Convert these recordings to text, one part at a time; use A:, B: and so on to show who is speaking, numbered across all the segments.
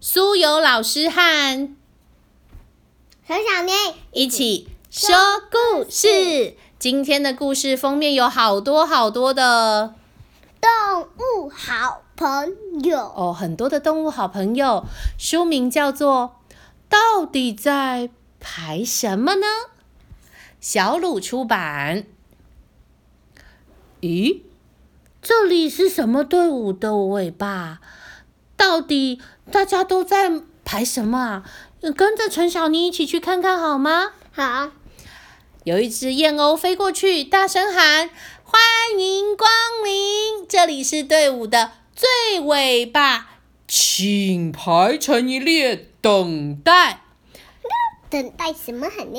A: 苏有老师和
B: 陈小妮，
A: 一起说故事。今天的故事封面有好多好多的
B: 动物好朋友，
A: 哦，很多的动物好朋友。书名叫做《到底在排什么呢》，小鲁出版。咦，这里是什么队伍的尾巴？到底大家都在排什么啊？跟着陈小妮一起去看看好吗？
B: 好，
A: 有一只燕鸥飞过去，大声喊：“欢迎光临，这里是队伍的最尾巴，请排成一列等待。
B: 等待什么喊呢？”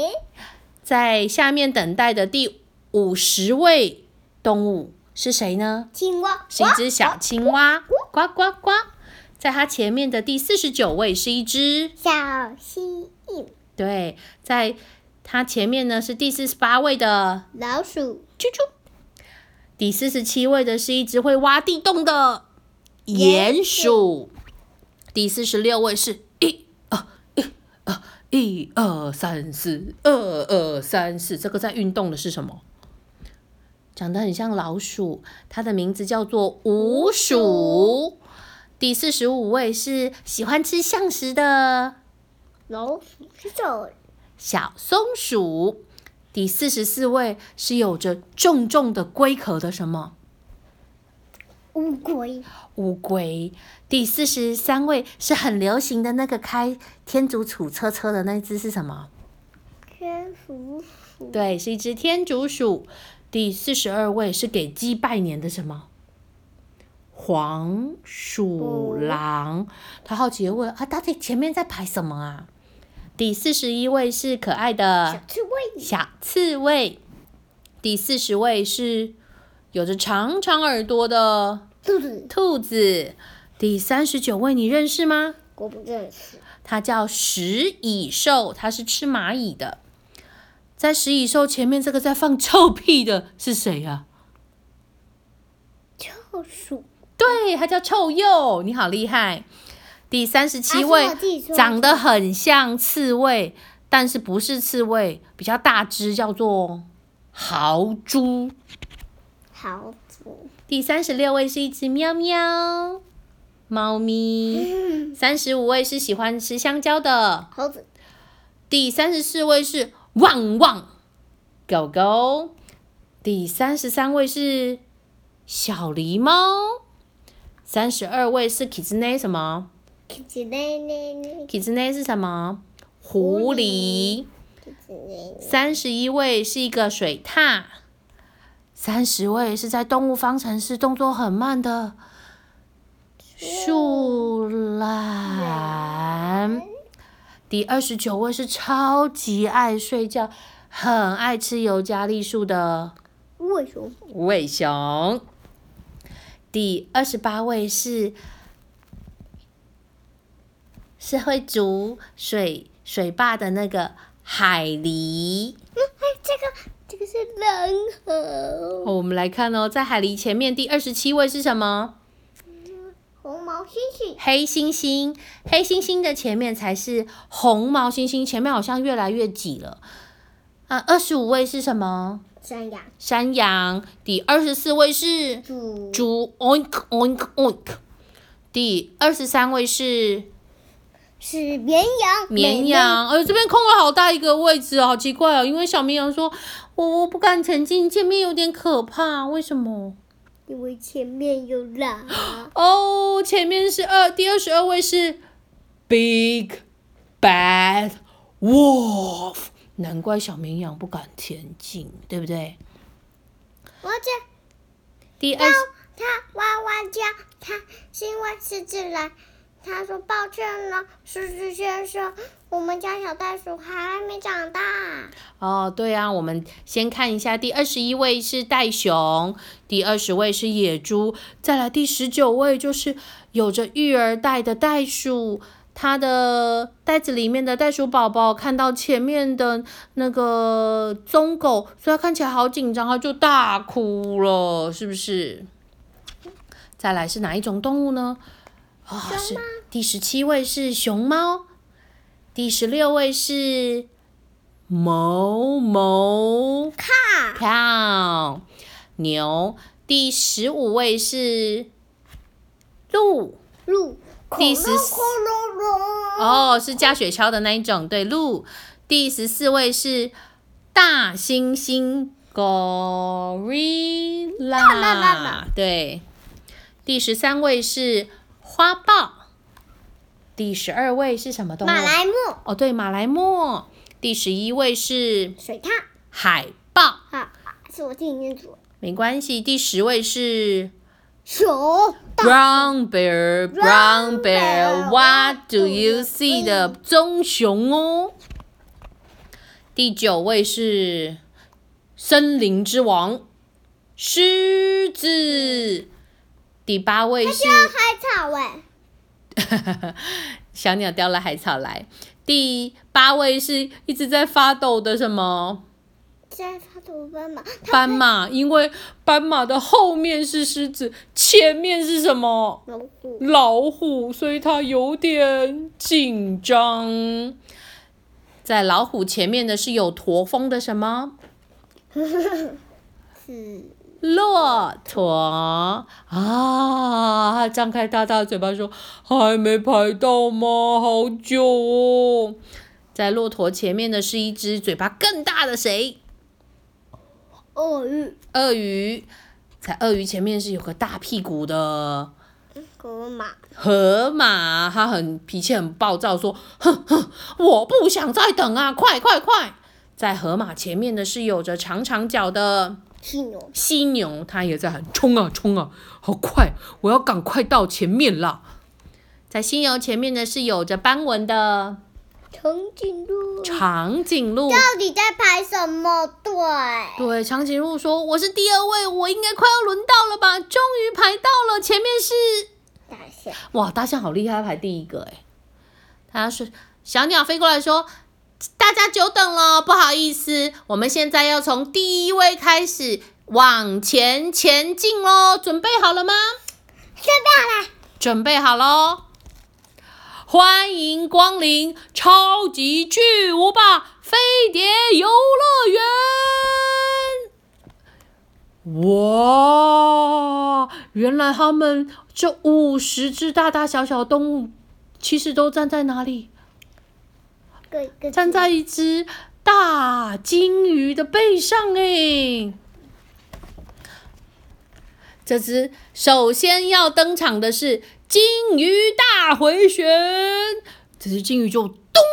A: 在下面等待的第五十位动物是谁呢？
B: 青蛙，
A: 是一只小青蛙，呱呱呱。在它前面的第四十九位是一只，
B: 小蜥蜴，
A: 对，在它前面呢是第四十八位的
B: 老鼠，
A: 啾啾。第四十七位的是一只会挖地洞的鼹
B: 鼹
A: 鼠，第四十六位是一二一二一二三四二二三四，这个在运动的是什么？长得很像老鼠，它的名字叫做五鼠。第四十五位是喜欢吃橡实的
B: 老鼠是手，
A: 小松鼠。第四十四位是有着重重的龟壳的什么？
B: 乌龟，
A: 乌龟。第四十三位是很流行的那个开天竺鼠车车的那只是什么？
B: 天竺鼠，
A: 对，是一只天竺鼠。第四十二位是给鸡拜年的什么？黄鼠狼。他好奇的问啊，到底前面在排什么啊？第四十一位是可爱的
B: 小刺猬，
A: 小刺猬，第四十位是有着长长耳朵的
B: 兔子，
A: 兔子，第三十九位你认识吗？
B: 我不认识，
A: 它叫食蚁兽，它是吃蚂蚁的。在食蚁兽前面这个在放臭屁的是谁啊呀、
B: 臭鼠，啊
A: 对，它叫臭鼬，你好厉害。第三十七位
B: 啊是我自己说的
A: 长得很像刺猬，但是不是刺猬，比较大只，叫做豪猪。
B: 好猪，
A: 第三十六位是一只喵喵猫咪，
B: 嗯，
A: 三十五位是喜欢吃香蕉的，
B: 猴子，
A: 第三十四位是旺旺狗狗，第三十三位是小狸猫，三十二位是 kizne 什么
B: 兔子嘞嘞嘞，
A: ？kizne 是什么？狐
B: 狐
A: 狸
B: 狸。兔子嘞嘞，
A: 三十一位是一个水獭，三十位是在动物方程式动作很慢的树懒。第二十九位是超级爱睡觉、很爱吃尤加利树的
B: 为什么？
A: 无尾熊。第二十八位是是会煮水水坝的那个海狸。
B: 哎，这个这个是人猴，
A: 哦我们来看哦，在海狸前面第二十七位是什么？
B: 红毛猩猩，
A: 黑猩猩。黑猩猩的前面才是红毛猩猩，前面好像越来越挤了。啊，二十五位是什么？
B: 山羊，
A: 山羊。第二十四位是
B: 猪，
A: 猪，oink oink oink。第二十三位是
B: 是绵羊，
A: 绵
B: 美
A: 羊，哎呦，这边空了好大一个位置哦，好奇怪哦。因为小绵羊说：“我我不敢前进，前面有点可怕，为什么？”
B: 因为前面有狼，
A: 哦，前面是二，第二十二位是 Big Bad Wolf，难怪小绵羊不敢前进，对不对？
B: 我这
A: 第二十
B: 他哇哇叫，他是因为狮子来，他说抱歉了，狮子先生，我们家小袋鼠还没长大。
A: 哦，对啊，我们先看一下，第二十一位是袋熊，第二十位是野猪，再来第十九位就是有着育儿袋的袋鼠。它的袋子里面的袋鼠宝宝看到前面的那个棕狗，所以它看起来好紧张，它就大哭了，是不是？再来是哪一种动物呢？哦，是第十七位是熊猫，第十六位是某某
B: 看，
A: 票牛，第十五位是鹿。
B: 鹿，恐
A: 第
B: 龙，
A: 十四
B: 恐龙龙，
A: 哦，是驾雪橇的那一种，对，鹿。第十四位是大猩猩 gorilla，对。第十三位是花豹，第十二位是什么动物？
B: 马来貘，
A: 哦，对，马来貘。第十一位是
B: 水獭，
A: 海豹，
B: 啊，是我听清楚，
A: 没关系。第十位是
B: 熊，
A: Brown bear, brown bear,
B: Brown bear,
A: what do
B: what do
A: you
B: you
A: see
B: see？
A: 的棕熊哦。第九位是森林之王狮子，第八位是
B: 叫海草哎，
A: 小鸟叼了海草来，第八位是一直在发抖的什么
B: 在发抖斑马，它
A: 斑马，因为斑马的后面是狮子，前面是什么？
B: 老虎，
A: 老虎，所以它有点紧张。在老虎前面的是有驼峰的什么？
B: 是
A: 骆驼啊！它张开大大嘴巴说：“还没排到吗？好久哦。”在骆驼前面的是一只嘴巴更大的谁？
B: 鳄鱼，
A: 鳄鱼。在鳄鱼前面是有个大屁股的。
B: 河马，
A: 河马，它很脾气很暴躁，说：“哼哼，我不想再等啊，快快快！”在河马前面的是有着长长脚的
B: 犀牛，
A: 犀牛，它也在喊：“冲啊冲啊，好快！我要赶快到前面啦！”在犀牛前面的是有着斑纹的
B: 长颈鹿，
A: 长颈鹿。
B: 到底在排什么队？
A: 对，长颈鹿说：“我是第二位，我应该快要轮到了吧？终于排到了，前面是……”
B: 大象，
A: 哇，大象好厉害，它排第一个哎。他说，小鸟飞过来说：“大家久等了，不好意思，我们现在要从第一位开始往前前进喽，准备好了吗？
B: 这边来，
A: 准备好喽！欢迎光临超级巨无霸飞碟游乐园！”哇，原来他们这五十只大大小小动物，其实都站在哪里？
B: 各一个
A: 站在一只大金鱼的背上哎。这只首先要登场的是金鱼大回旋，这只金鱼就咚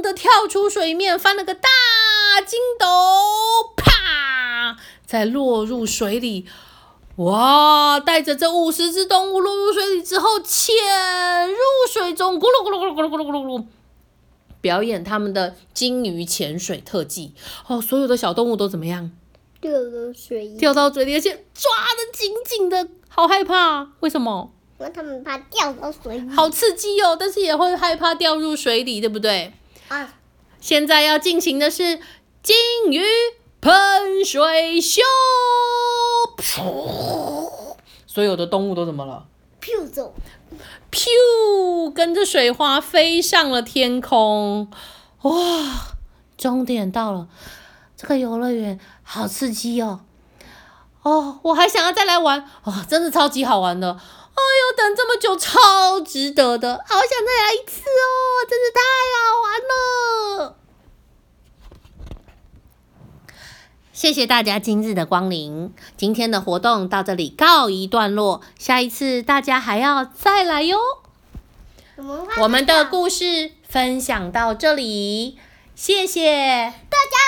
A: 的跳出水面，翻了个大筋斗，啪，再落入水里。哇！带着这五十只动物落入水里之后，潜入水中，咕噜咕噜咕噜咕噜咕噜咕噜咕噜，表演他们的金鱼潜水特技哦，所有的小动物都怎么样？
B: 掉了水里，
A: 掉到嘴里，而且抓的紧紧的，好害怕啊！为什么？
B: 因为他们怕掉到水里。
A: 好刺激哦，但是也会害怕掉入水里，对不对？
B: 啊，
A: 现在要进行的是金鱼喷水秀，所有的动物都怎么了？
B: 飘走，
A: 噗，跟着水花飞上了天空。哇，终点到了，这个游乐园好刺激哦！哦，我还想要再来玩哦，真的超级好玩的。哎呦，等这么久超值得的，好想再来一次哦，真是太好玩了！谢谢大家今日的光临，今天的活动到这里告一段落，下一次大家还要再来哟。
B: 我们
A: 我们的
B: 故
A: 故事分享到这里，谢谢。
B: 大家